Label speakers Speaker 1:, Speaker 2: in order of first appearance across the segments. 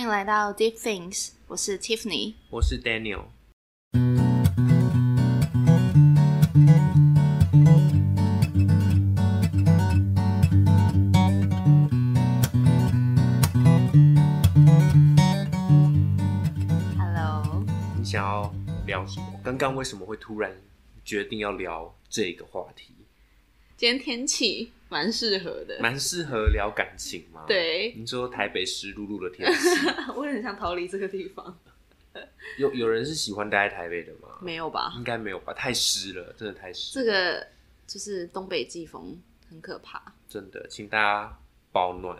Speaker 1: 迎来到 Deep Things，我是 Tiffany。
Speaker 2: 我是 Daniel。
Speaker 1: Hello，
Speaker 2: 你想要聊什么？刚刚为什么会突然决定要聊这个话题？
Speaker 1: 今天天气蛮适合的，
Speaker 2: 蛮适合聊感情吗？
Speaker 1: 对
Speaker 2: 你说台北湿漉漉的天气，
Speaker 1: 我很想逃离这个地方。
Speaker 2: 有有人是喜欢待在台北的吗？
Speaker 1: 没有吧？
Speaker 2: 应该没有吧，太湿了，真的太湿
Speaker 1: 这
Speaker 2: 了。
Speaker 1: 个就是东北季风，很可怕。
Speaker 2: 真的，请大家保暖。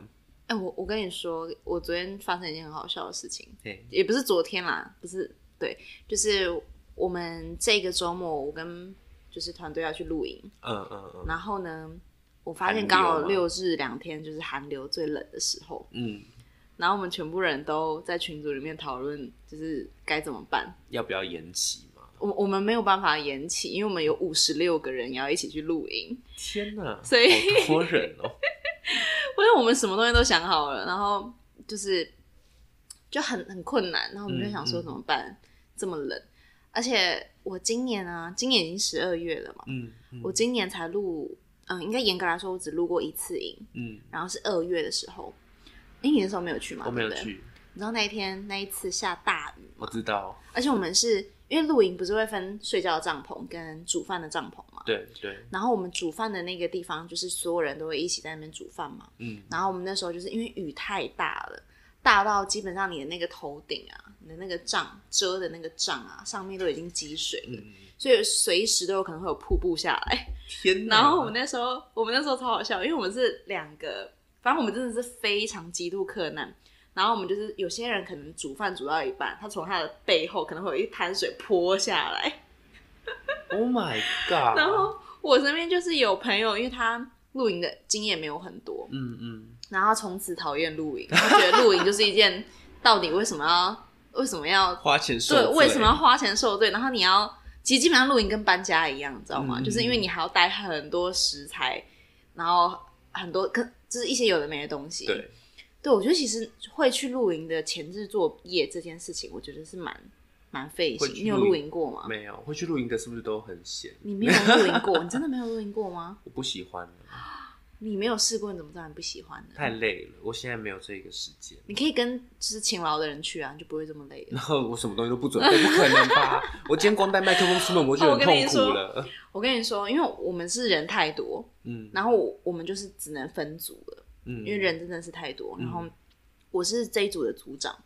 Speaker 1: 哎、我我跟你说，我昨天发生一件很好笑的事情，
Speaker 2: 对，
Speaker 1: 也不是昨天啦，不是对，就是我们这个周末，我跟就是团队要去露营，
Speaker 2: 嗯嗯嗯
Speaker 1: 然后呢，我发现
Speaker 2: 寒流
Speaker 1: 刚好
Speaker 2: 吗
Speaker 1: 六日两天就是寒流最冷的时候，
Speaker 2: 嗯，
Speaker 1: 然后我们全部人都在群组里面讨论，就是该怎么办。
Speaker 2: 要不要延期吗？
Speaker 1: 我我们没有办法延期，因为我们有五十六个人要一起去露营，
Speaker 2: 天哪，
Speaker 1: 所以
Speaker 2: 好多人哦、
Speaker 1: 因 为我们什么东西都想好了，然后就是就很很困难，然后我们就想说
Speaker 2: 嗯嗯
Speaker 1: 怎么办？这么冷，而且我今年啊，今年已经十二月了嘛，
Speaker 2: 嗯，嗯
Speaker 1: 我今年才录，嗯，应该严格来说，我只录过一次营，
Speaker 2: 嗯，
Speaker 1: 然后是二月的时候。哎，你那时候没有去吗？
Speaker 2: 我没有
Speaker 1: 对不对。
Speaker 2: 去，
Speaker 1: 你知道那一天那一次下大雨
Speaker 2: 我
Speaker 1: 吗？
Speaker 2: 知道，
Speaker 1: 而且我们是因为露营不是会分睡觉的帐篷跟煮饭的帐篷嘛？
Speaker 2: 对对，
Speaker 1: 然后我们煮饭的那个地方，就是所有人都会一起在那边煮饭嘛。
Speaker 2: 嗯，
Speaker 1: 然后我们那时候就是因为雨太大了，大到基本上你的那个头顶啊，你的那个帐遮的那个帐啊，上面都已经积水了，
Speaker 2: 嗯
Speaker 1: 所以随时都有可能会有瀑布下来。
Speaker 2: 天哪，
Speaker 1: 然后我们那时候，我们那时候超好笑，因为我们是两个，反正我们真的是非常极度克难。然后我们就是有些人可能煮饭煮到一半，他从他的背后可能会有一滩水泼下来，
Speaker 2: Oh my god！
Speaker 1: 然后我身边就是有朋友，因为他露营的经验没有很多，
Speaker 2: 嗯嗯，
Speaker 1: 然后他从此讨厌露营，他觉得露营就是一件 到底为什么要为什么要
Speaker 2: 花钱受
Speaker 1: 对
Speaker 2: 罪
Speaker 1: 为什么要花钱受罪？然后你要其实基本上露营跟搬家一样，你知道吗？
Speaker 2: 嗯
Speaker 1: 就是因为你还要带很多食材，然后很多跟就是一些有的没的东西。
Speaker 2: 对，
Speaker 1: 对我觉得其实会去露营的前置作业这件事情，我觉得是蛮蛮费
Speaker 2: 会
Speaker 1: 心。
Speaker 2: 去
Speaker 1: 你有
Speaker 2: 露
Speaker 1: 露
Speaker 2: 营
Speaker 1: 营过吗？
Speaker 2: 没有会去露营的，是不是都很闲？
Speaker 1: 你没有露营 过，你真的没有露营过吗？
Speaker 2: 我不喜欢，啊
Speaker 1: 你没有试过，你怎么知道你不喜欢呢？
Speaker 2: 太累了，我现在没有这个时间。
Speaker 1: 你可以跟就是勤劳的人去啊，你就不会这么累了。
Speaker 2: 然后我什么东西都不准备，不可 能吧？我今天光带麦克风出门，我就
Speaker 1: 哦我
Speaker 2: 很
Speaker 1: 跟你
Speaker 2: 痛苦
Speaker 1: 说
Speaker 2: 了。
Speaker 1: 我跟你说，因为我们是人太多，
Speaker 2: 嗯，
Speaker 1: 然后我我们就是只能分组了，
Speaker 2: 嗯，
Speaker 1: 因为人真的是太多。然后我是这一组的组长，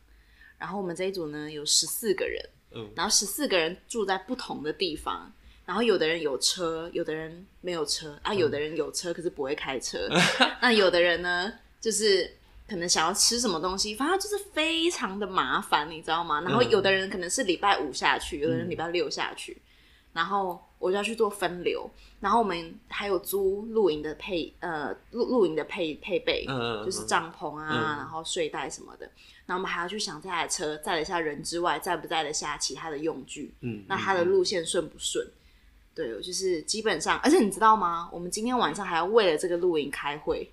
Speaker 1: 然后我们这一组呢有十四个人，
Speaker 2: 嗯
Speaker 1: 然后十四个人住在不同的地方，然后有的人有车，有的人没有车啊，有的人有车可是不会开 车，那有的人呢就是。可能想要吃什么东西，反正就是非常的麻烦，你知道吗？然后
Speaker 2: 嗯
Speaker 1: 有的人可能是礼拜五下去，有的人
Speaker 2: 嗯
Speaker 1: 礼拜六下去，然后我就要去做分流，然后我们还有租露营的配呃露露营的配配备，
Speaker 2: 嗯嗯嗯
Speaker 1: 就是帐篷啊，
Speaker 2: 嗯
Speaker 1: 然后睡袋什么的。然后我们还要去想这台车载得下人之外，载不载得下其他的用具，
Speaker 2: 嗯，
Speaker 1: 那它的路线顺不顺？对，我就是基本上，而且你知道吗？我们今天晚上还要为了这个露营开会，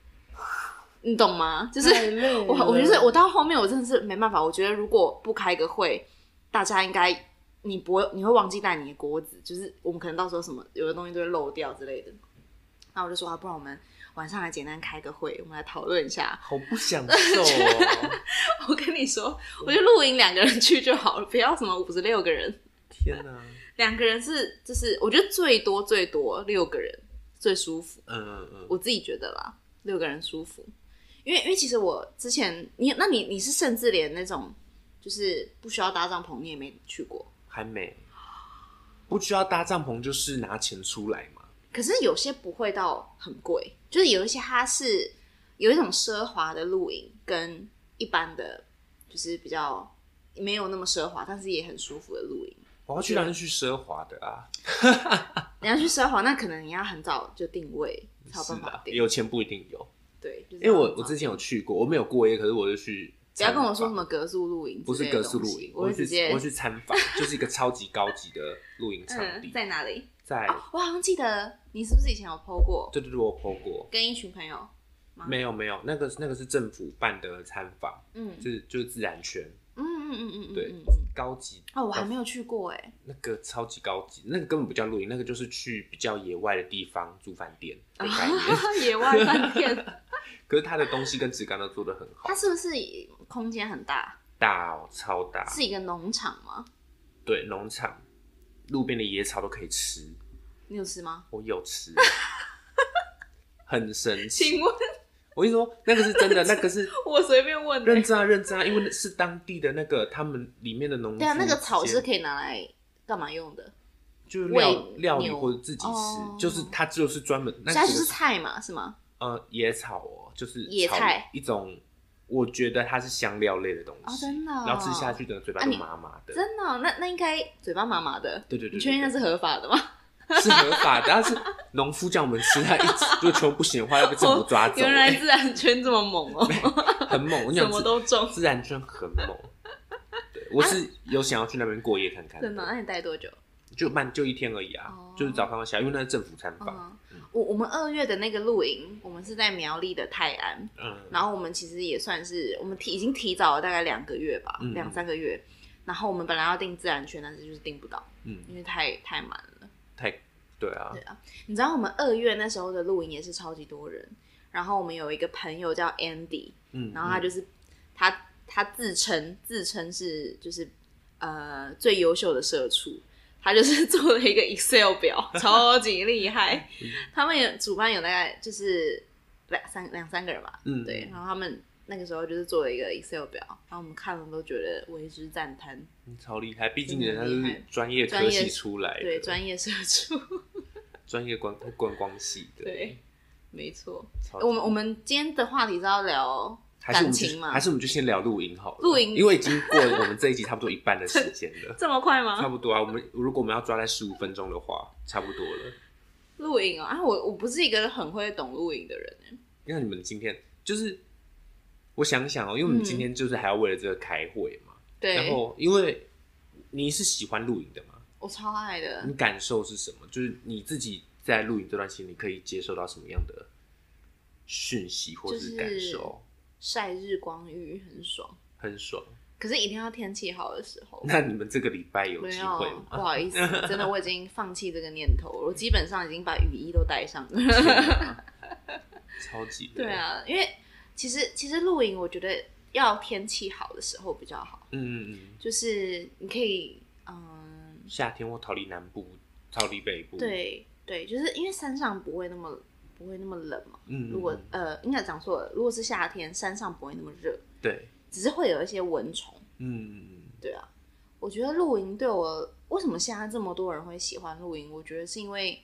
Speaker 1: 你懂吗？就是
Speaker 2: 太累了
Speaker 1: 我，我就是我到后面我真的是没办法，我觉得如果不开个会，大家应该你不会你会忘记带你的锅子，就是我们可能到时候什么有的东西都会漏掉之类的。那我就说啊，不然我们晚上来简单开个会，我们来讨论一下。
Speaker 2: 好不享受哦！
Speaker 1: 我跟你说，我觉得露营两个人去就好了，不要什么五十六个人。
Speaker 2: 天哪，
Speaker 1: 两个人是就是我觉得最多最多六个人最舒服，
Speaker 2: 嗯嗯嗯，
Speaker 1: 我自己觉得啦，六个人舒服。因为因为其实我之前你那你你是甚至连那种就是不需要搭帐篷你也没去过，
Speaker 2: 还没不需要搭帐篷，就是拿钱出来嘛。
Speaker 1: 可是有些不会到很贵，就是有一些它是有一种奢华的露营跟一般的就是比较没有那么奢华，但是也很舒服的露营。
Speaker 2: 我要去哪里去奢华的啊？
Speaker 1: 你要去奢华，那可能你要很早就定位才有
Speaker 2: 是
Speaker 1: 办法
Speaker 2: 啊，
Speaker 1: 定。
Speaker 2: 有钱不一定有。
Speaker 1: 对，就是
Speaker 2: 因
Speaker 1: 要
Speaker 2: 为我
Speaker 1: 很
Speaker 2: 我
Speaker 1: 早
Speaker 2: 之前有去过，我没有过夜，可是我就去
Speaker 1: 不
Speaker 2: 参
Speaker 1: 要
Speaker 2: 访。
Speaker 1: 跟我说什么格速露营，
Speaker 2: 不是格式露营，
Speaker 1: 我会
Speaker 2: 去
Speaker 1: 直接
Speaker 2: 我会去参访，就是一个超级高级的露营场
Speaker 1: 嗯
Speaker 2: 地，，
Speaker 1: 在哪里？
Speaker 2: 在
Speaker 1: 哦，我好像记得你是不是以前有 PO 过，
Speaker 2: 对对对，我 PO 过，
Speaker 1: 跟一群朋友，吗？
Speaker 2: 没有没有，那个那个是政府办的参访，
Speaker 1: 嗯，
Speaker 2: 就是就是自然圈，
Speaker 1: 嗯嗯嗯嗯嗯，
Speaker 2: 对
Speaker 1: 嗯，
Speaker 2: 高级
Speaker 1: 哦，我还没有去过哎、
Speaker 2: 那个超级高级，那个根本不叫露营，那个就是去比较野外的地方住饭店的 概念。
Speaker 1: 野外饭店，
Speaker 2: 可是它的东西跟质感都做的很好
Speaker 1: 它，是不是空间很大？
Speaker 2: 大哦，超大，
Speaker 1: 是一个农场吗？
Speaker 2: 对，农场路边的野草都可以吃，
Speaker 1: 你有吃吗？
Speaker 2: 我有吃， 很神奇。
Speaker 1: 请问，
Speaker 2: 我跟你说，那个是真的，那个是
Speaker 1: 我随便问的、
Speaker 2: 认真啊，认真啊，因为那是当地的那个他们里面的农夫
Speaker 1: 对
Speaker 2: 间，
Speaker 1: 啊，那个草是可以拿来干嘛用的？
Speaker 2: 就是料
Speaker 1: 喂
Speaker 2: 料理
Speaker 1: 牛
Speaker 2: 或者自己吃，
Speaker 1: 哦
Speaker 2: 就是它就是专门那
Speaker 1: 所以
Speaker 2: 个
Speaker 1: 它就是菜嘛，是吗？
Speaker 2: 呃野草哦，就是
Speaker 1: 野
Speaker 2: 草
Speaker 1: 菜
Speaker 2: 一种，我觉得它是香料类的东
Speaker 1: 哦
Speaker 2: 西，
Speaker 1: 真的哦
Speaker 2: 然后吃下去整个嘴巴
Speaker 1: 啊
Speaker 2: 都
Speaker 1: 你
Speaker 2: 麻麻的，
Speaker 1: 真的哦、那那应该嘴巴麻麻的。
Speaker 2: 对对对对
Speaker 1: 你确定那是合法的吗？
Speaker 2: 是合法的，但是农夫叫我们吃，他一直如果全部不行的话，要被政府抓 走、
Speaker 1: 哦原来
Speaker 2: 欸，
Speaker 1: 自然圈这么猛 哦、
Speaker 2: 很猛，我跟你
Speaker 1: 什
Speaker 2: 讲
Speaker 1: 么都中
Speaker 2: 自。自然圈很 猛。对，我是有想要去那边过夜看看，
Speaker 1: 真的？哦那你待多久？
Speaker 2: 就慢就一天而已啊，
Speaker 1: 哦
Speaker 2: 就是早上到下午，因为那是政府参访，
Speaker 1: 嗯，我我们二月的那个露营，我们是在苗栗的泰安，
Speaker 2: 嗯，
Speaker 1: 然后我们其实也算是我们提已经提早了大概两个月吧
Speaker 2: 嗯，
Speaker 1: 两、三个月。然后我们本来要订自然圈，但是就是订不到，
Speaker 2: 嗯，
Speaker 1: 因为太太满了。
Speaker 2: 太对啊，
Speaker 1: 你知道我们二月那时候的露营也是超级多人，然后我们有一个朋友叫 Andy，
Speaker 2: 嗯，
Speaker 1: 然后他就是、他他自称自称是就是呃最优秀的社畜，他就是做了一个 Excel 表，超级厉 害。
Speaker 2: 嗯
Speaker 1: 他们有主办有大概就是两三两三个人吧，
Speaker 2: 嗯
Speaker 1: 对，然后他们那个时候就是做了一个 Excel 表，然后我们看了都觉得为之赞叹，
Speaker 2: 嗯超厉害，毕竟
Speaker 1: 真
Speaker 2: 人
Speaker 1: 的
Speaker 2: 家
Speaker 1: 很厉害
Speaker 2: 是专业科
Speaker 1: 专业
Speaker 2: 系出来的，
Speaker 1: 对，专业社畜，
Speaker 2: 专业观观光系的，
Speaker 1: 对，没错。
Speaker 2: 超级
Speaker 1: 我们我们今天的话题是要聊
Speaker 2: 还是
Speaker 1: 感
Speaker 2: 我们就
Speaker 1: 情嘛？
Speaker 2: 还是我们就先聊露营好了，
Speaker 1: 露营
Speaker 2: 因为已经过了我们这一集差不多一半的时间了
Speaker 1: 。这么快吗
Speaker 2: 差？不多啊，我们如果我们要抓在十五分钟的话，差不多了。
Speaker 1: 露营哦，啊，我我不是一个很会懂露营的人欸，
Speaker 2: 因为你们今天就是，我想想哦、因为我们
Speaker 1: 嗯
Speaker 2: 今天就是还要为了这个开会嘛。然
Speaker 1: 对，
Speaker 2: 后，因为你是喜欢露营的嘛，
Speaker 1: 我超爱的
Speaker 2: 你。感受是什么？就是你自己在露营这段时间，你可以接受到什么样的讯息或
Speaker 1: 就是
Speaker 2: 是感受？
Speaker 1: 晒日光浴很爽，
Speaker 2: 很爽。
Speaker 1: 可是一定要天气好的时候。
Speaker 2: 那你们这个礼拜有
Speaker 1: 没
Speaker 2: 机
Speaker 1: 有
Speaker 2: 会，
Speaker 1: 不
Speaker 2: 吗？
Speaker 1: 好意思，真的我已经放弃这个念头了。我基本上已经把雨衣都带上了。
Speaker 2: 超级的
Speaker 1: 对，啊，因为其实其实露营，我觉得要天气好的时候比较好，
Speaker 2: 嗯嗯嗯，
Speaker 1: 就是你可以，嗯，
Speaker 2: 夏天我逃离南部，逃离北部，，
Speaker 1: 对对，就是因为山上不会那么不会那么冷嘛。
Speaker 2: 嗯，嗯
Speaker 1: 如果
Speaker 2: 嗯
Speaker 1: 呃，应该讲错了，如果是夏天，山上不会那么热，
Speaker 2: 对，
Speaker 1: 只是会有一些蚊虫。
Speaker 2: 嗯嗯
Speaker 1: 对啊，我觉得露营对我为什么现在这么多人会喜欢露营？我觉得是因为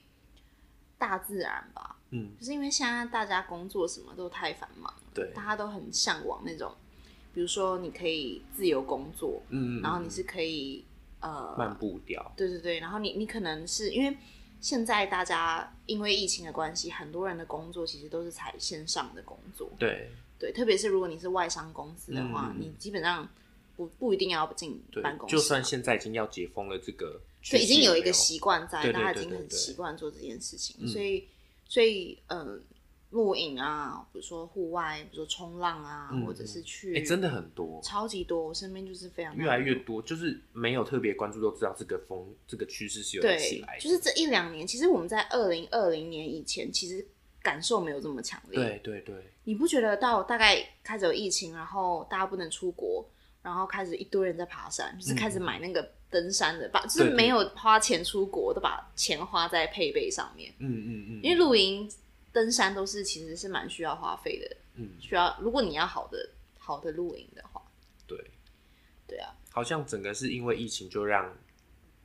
Speaker 1: 大自然吧，
Speaker 2: 嗯，
Speaker 1: 就是因为现在大家工作什么都太繁忙了，
Speaker 2: 对，
Speaker 1: 大家都很向往那种，比如说你可以自由工作，
Speaker 2: 嗯，嗯
Speaker 1: 然后你是可以呃，
Speaker 2: 漫步调，
Speaker 1: 对对对，然后你你可能是因为。现在大家因为疫情的关系，很多人的工作其实都是采线上的工作，
Speaker 2: 对
Speaker 1: 对，特别是如果你是外商公司的话，
Speaker 2: 嗯
Speaker 1: 你基本上不不一定要进
Speaker 2: 对
Speaker 1: 办，公室，啊
Speaker 2: 就算现在已经要解封了，这个
Speaker 1: 所
Speaker 2: 对
Speaker 1: 以已经有一个习惯在，
Speaker 2: 对对
Speaker 1: 大家
Speaker 2: 对
Speaker 1: 已经
Speaker 2: 对
Speaker 1: 很
Speaker 2: 对
Speaker 1: 习惯做这件事情，
Speaker 2: 嗯
Speaker 1: 所以所以呃，露营啊，比如说户外，比如说冲浪啊，
Speaker 2: 嗯
Speaker 1: 或者是去，
Speaker 2: 哎，真的很多，
Speaker 1: 超哦级多，我身边就是非常
Speaker 2: 越来越多，就是没有特别关注都知道这个风这个趋势是有起
Speaker 1: 对
Speaker 2: 来，的，
Speaker 1: 就是这一两年，其实我们在二零二零年以前，其实感受没有这么强烈，
Speaker 2: 对对对，
Speaker 1: 你不觉得到大概开始有疫情，然后大家不能出国，然后开始一堆人在爬山，就是开始
Speaker 2: 嗯
Speaker 1: 买那个登山的，把就是没有花钱出国，都把钱花在配备上面。
Speaker 2: 嗯嗯嗯，
Speaker 1: 因为露营、登山都是其实是蛮需要花费的，
Speaker 2: 嗯
Speaker 1: 需要如果你要好的好的露营的话，
Speaker 2: 对，
Speaker 1: 对啊，
Speaker 2: 好像整个是因为疫情就让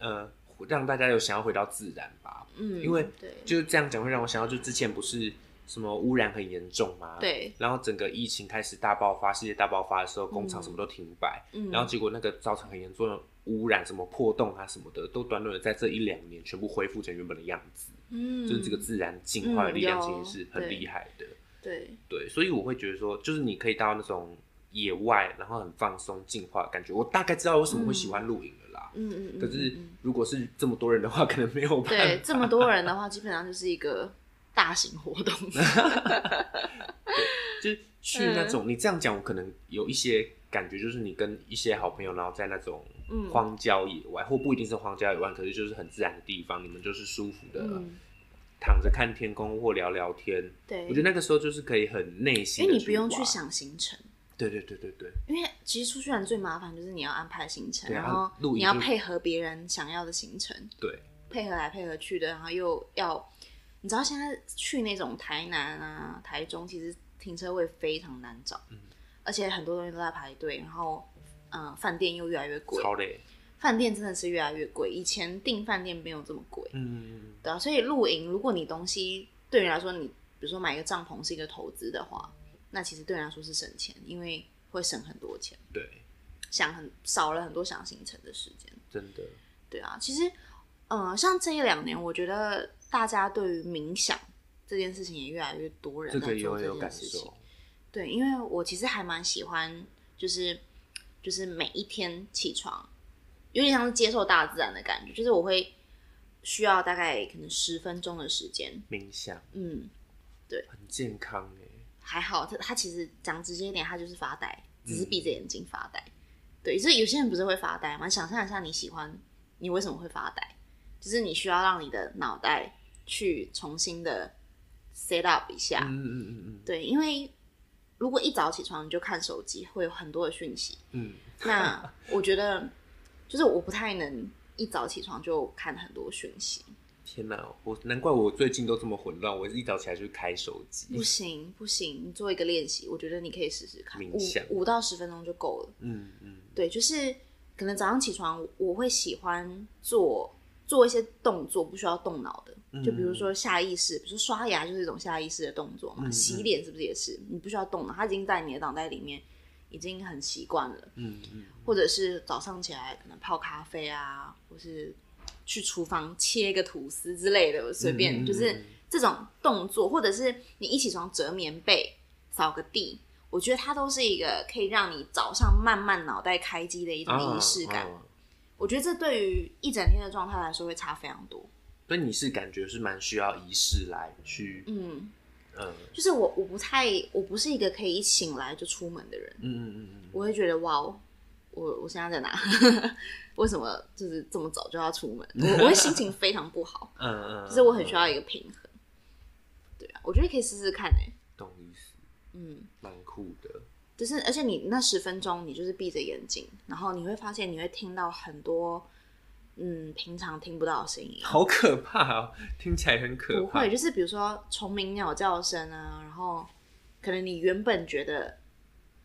Speaker 2: 呃让大家有想要回到自然吧，
Speaker 1: 嗯，
Speaker 2: 因为
Speaker 1: 对
Speaker 2: 就是这样讲会让我想到，就之前不是什么污染很严重吗？。
Speaker 1: 对，
Speaker 2: 然后整个疫情开始大爆发，世界大爆发的时候，工厂
Speaker 1: 嗯
Speaker 2: 什么都停摆，
Speaker 1: 嗯，
Speaker 2: 然后结果那个造成很严重的污染，什么破洞啊什么的，都短短的在这一两年全部恢复成原本的样子。
Speaker 1: 嗯，
Speaker 2: 就是这个自然进化的力
Speaker 1: 嗯
Speaker 2: 量其
Speaker 1: 有
Speaker 2: 实是很
Speaker 1: 对
Speaker 2: 厉害的。
Speaker 1: 对，
Speaker 2: 对，所以我会觉得说，就是你可以到那种野外，然后很放松进化的感觉。我大概知道为什么会喜欢露营了啦。
Speaker 1: 嗯嗯嗯，
Speaker 2: 可是
Speaker 1: 嗯嗯
Speaker 2: 如果是这么多人的话，可能没有办法。
Speaker 1: 对这么多人的话，基本上就是一个大型活 动。
Speaker 2: 就是去那种、
Speaker 1: 嗯
Speaker 2: 你这样讲，我可能有一些感觉，就是你跟一些好朋友，然后在那种
Speaker 1: 嗯
Speaker 2: 荒郊野外，或不一定是荒郊野外，可是就是很自然的地方，你们就是舒服的、
Speaker 1: 嗯，
Speaker 2: 躺着看天空或聊聊天。
Speaker 1: 对，
Speaker 2: 我觉得那个时候就是可以很内心，
Speaker 1: 哎因为你不用去，想行程，
Speaker 2: 对对对对对，
Speaker 1: 因为其实出去玩最麻烦就是你要安排行程，
Speaker 2: 对啊
Speaker 1: 然后
Speaker 2: 露营
Speaker 1: 你要
Speaker 2: 就
Speaker 1: 配合别人想要的行程，
Speaker 2: 对，
Speaker 1: 配合来配合去的，然后又要，你知道现在去那种台南啊、台中，其实停车位非常难找，而且很多东西都在排队，然后嗯、呃饭店又越来越贵，
Speaker 2: 超累，
Speaker 1: 饭店真的是越来越贵，以前订饭店没有这么贵，
Speaker 2: 嗯，
Speaker 1: 对啊，所以露营，如果你东西对你来说，你比如说买一个帐篷是一个投资的话，那其实对你来说是省钱，因为会省很多钱，
Speaker 2: 对，
Speaker 1: 想很少了很多想行程的时间。
Speaker 2: 真的，
Speaker 1: 对啊，其实，呃，像这一两年，我觉得大家对于冥想这件事情也越来越多人
Speaker 2: 这
Speaker 1: 在
Speaker 2: 个也
Speaker 1: 做
Speaker 2: 有
Speaker 1: 这
Speaker 2: 有
Speaker 1: 件
Speaker 2: 感
Speaker 1: 事情。
Speaker 2: 受，
Speaker 1: 对，因为我其实还蛮喜欢，就是就是每一天起床，有点像是接受大自然的感觉，就是我会需要大概可能十分钟的时间，
Speaker 2: 冥想
Speaker 1: 嗯，
Speaker 2: 很健康哎、
Speaker 1: 还好，他他其实讲直接一点，他就是发呆，只
Speaker 2: 嗯
Speaker 1: 是闭着眼睛发呆。对，所以有些人不是会发呆吗？想象一下，你喜欢你为什么会发呆？就是你需要让你的脑袋去重新的 set up 一下，
Speaker 2: 嗯嗯嗯嗯
Speaker 1: 对，因为如果一早起床你就看手机，会有很多的讯息，
Speaker 2: 嗯，
Speaker 1: 那我觉得，就是我不太能一早起床就看很多讯息，
Speaker 2: 嗯天哪，我难怪我最近都这么混乱，我一早起来就开手
Speaker 1: 不
Speaker 2: 机，
Speaker 1: 行不行，你做一个练习，我觉得你可以试试看，
Speaker 2: 冥
Speaker 1: 五
Speaker 2: 想
Speaker 1: 五到十分钟就够了。
Speaker 2: 嗯嗯，
Speaker 1: 对，就是可能早上起床，我会喜欢做做一些动作，不需要动脑
Speaker 2: 嗯
Speaker 1: 的，就比如说下意识，比如说刷牙就是一种下意识的动作嘛，
Speaker 2: 嗯
Speaker 1: 洗脸是不是也是？你不需要动脑，它已经在你的脑袋里面已经很习惯了。
Speaker 2: 嗯嗯，
Speaker 1: 或者是早上起来可能泡咖啡啊，或是去厨房切个吐司之类的，随便、
Speaker 2: 嗯嗯嗯
Speaker 1: 就是这种动作，或者是你一起床折棉被、扫个地，我觉得它都是一个可以让你早上慢慢脑袋开机的一种仪式感。
Speaker 2: 啊啊
Speaker 1: 我觉得这对于一整天的状态来说会差非常多。
Speaker 2: 所以你是感觉是蛮需要仪式来去，
Speaker 1: 嗯，
Speaker 2: 嗯
Speaker 1: 就是我我不太我不是一个可以一醒来就出门的人，
Speaker 2: 嗯嗯嗯嗯，
Speaker 1: 我会觉得哇哦，我我现在在哪？ 为什么就是这么早就要出门？我我会心情非常不好，
Speaker 2: 嗯嗯，
Speaker 1: 就是我很需要
Speaker 2: 嗯
Speaker 1: 一个平衡。对啊，我觉得可以试试看哎、
Speaker 2: 懂意思，
Speaker 1: 嗯，
Speaker 2: 蛮酷的，
Speaker 1: 就是而且你那十分钟你就是闭着眼睛，然后你会发现你会听到很多嗯平常听不到的声音。啊
Speaker 2: 好可怕哦，听起来很可
Speaker 1: 不
Speaker 2: 怕，
Speaker 1: 会，就是比如说虫鸣、鸟叫声啊，然后可能你原本觉得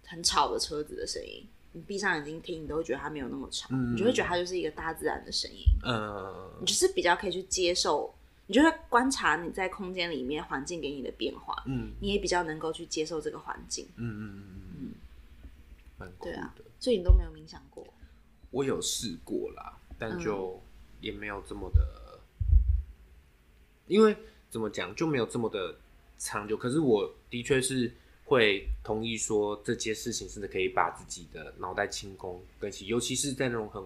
Speaker 1: 很吵的车子的声音，你闭上眼睛听，你都会觉得它没有那么吵，
Speaker 2: 嗯
Speaker 1: 你就会觉得它就是一个大自然的声音。
Speaker 2: 嗯
Speaker 1: 你就是比较可以去接受，你就会观察你在空间里面环境给你的变化，
Speaker 2: 嗯
Speaker 1: 你也比较能够去接受这个环境。
Speaker 2: 嗯嗯嗯嗯，蛮酷
Speaker 1: 对啊
Speaker 2: 的，
Speaker 1: 所以你都没有冥想过，
Speaker 2: 我有试过啦，但
Speaker 1: 嗯
Speaker 2: 就也没有这么的，因为怎么讲就没有这么的长久。可是我的确是会同意说这些事情真的可以把自己的脑袋清空跟其，尤其是在那种很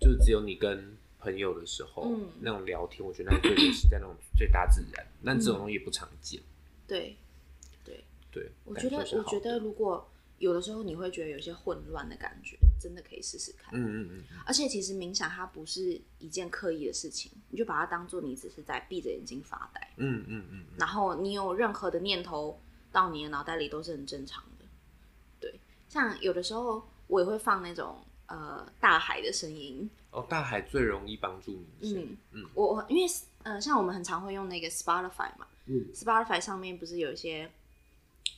Speaker 2: 就是只有你跟朋友的时候、
Speaker 1: 嗯
Speaker 2: 那种聊天，我觉得那个对是在那种最 大自然，但这种东西也不常见。
Speaker 1: 对，对，
Speaker 2: 对，
Speaker 1: 我
Speaker 2: 感
Speaker 1: 觉得，
Speaker 2: 受是
Speaker 1: 我
Speaker 2: 好
Speaker 1: 觉
Speaker 2: 的
Speaker 1: 得如果有的时候你会觉得有一些混乱的感觉，真的可以试试看。
Speaker 2: 嗯嗯嗯，
Speaker 1: 而且其实冥想它不是一件刻意的事情，你就把它当做你只是在闭着眼睛发呆，
Speaker 2: 嗯嗯嗯嗯，
Speaker 1: 然后你有任何的念头到你的脑袋里都是很正常的。对，像有的时候我也会放那种呃大海的声音，
Speaker 2: 哦，大海最容易帮助冥想。
Speaker 1: 嗯
Speaker 2: 嗯
Speaker 1: 我我因为呃像我们很常会用那个 Spotify 嘛，
Speaker 2: 嗯
Speaker 1: ，Spotify 上面不是有一些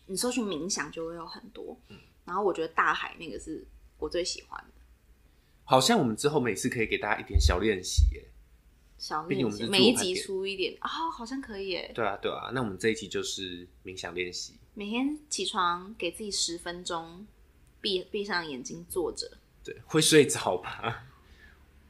Speaker 1: 你搜寻冥想就会有很多，然后我觉得大海那个是我最喜欢的。
Speaker 2: 好像我们之后每次可以给大家一点小练习耶。
Speaker 1: 小
Speaker 2: 毕竟
Speaker 1: 练
Speaker 2: 我们
Speaker 1: 习，
Speaker 2: 是
Speaker 1: 每一
Speaker 2: 做盘
Speaker 1: 集
Speaker 2: 点
Speaker 1: 出一点啊、好像可以耶。
Speaker 2: 对啊，对啊。那我们这一期就是冥想练习，
Speaker 1: 每天起床给自己十分钟，闭闭上眼睛坐着。
Speaker 2: 对，会睡着 吧？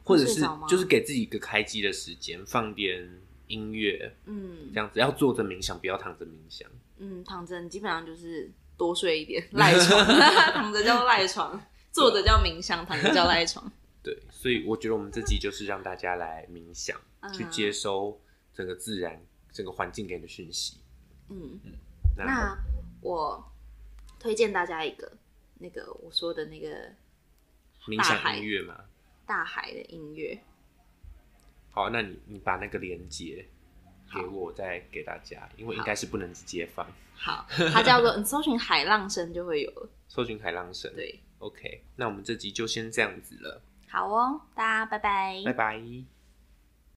Speaker 2: 或者
Speaker 1: 会
Speaker 2: 是
Speaker 1: 睡着吗
Speaker 2: 就是给自己一个开机的时间，放点音乐，
Speaker 1: 嗯
Speaker 2: 这样子要坐着冥想，不要躺着冥想。
Speaker 1: 嗯，躺着你基本上就是多睡一 点，赖床，躺着叫赖床，坐着叫冥想，躺着叫赖床。
Speaker 2: 对，所以我觉得我们这集就是让大家来冥想，
Speaker 1: 嗯
Speaker 2: 去接收整个自然整个环境给你的讯息。
Speaker 1: 嗯，
Speaker 2: 然后
Speaker 1: 那我推荐大家一个那个我说的那个
Speaker 2: 冥
Speaker 1: 大海
Speaker 2: 想音乐嘛，
Speaker 1: 大海的音乐，
Speaker 2: 好，那你你把那个连接给我，再给大家，因为应该是不能直接放。
Speaker 1: 好，它叫做你搜寻海浪声就会有了。
Speaker 2: 搜寻海浪神，
Speaker 1: 对，
Speaker 2: ，OK，那我们这集就先这样子了，
Speaker 1: 好哦，大家拜拜
Speaker 2: 拜拜。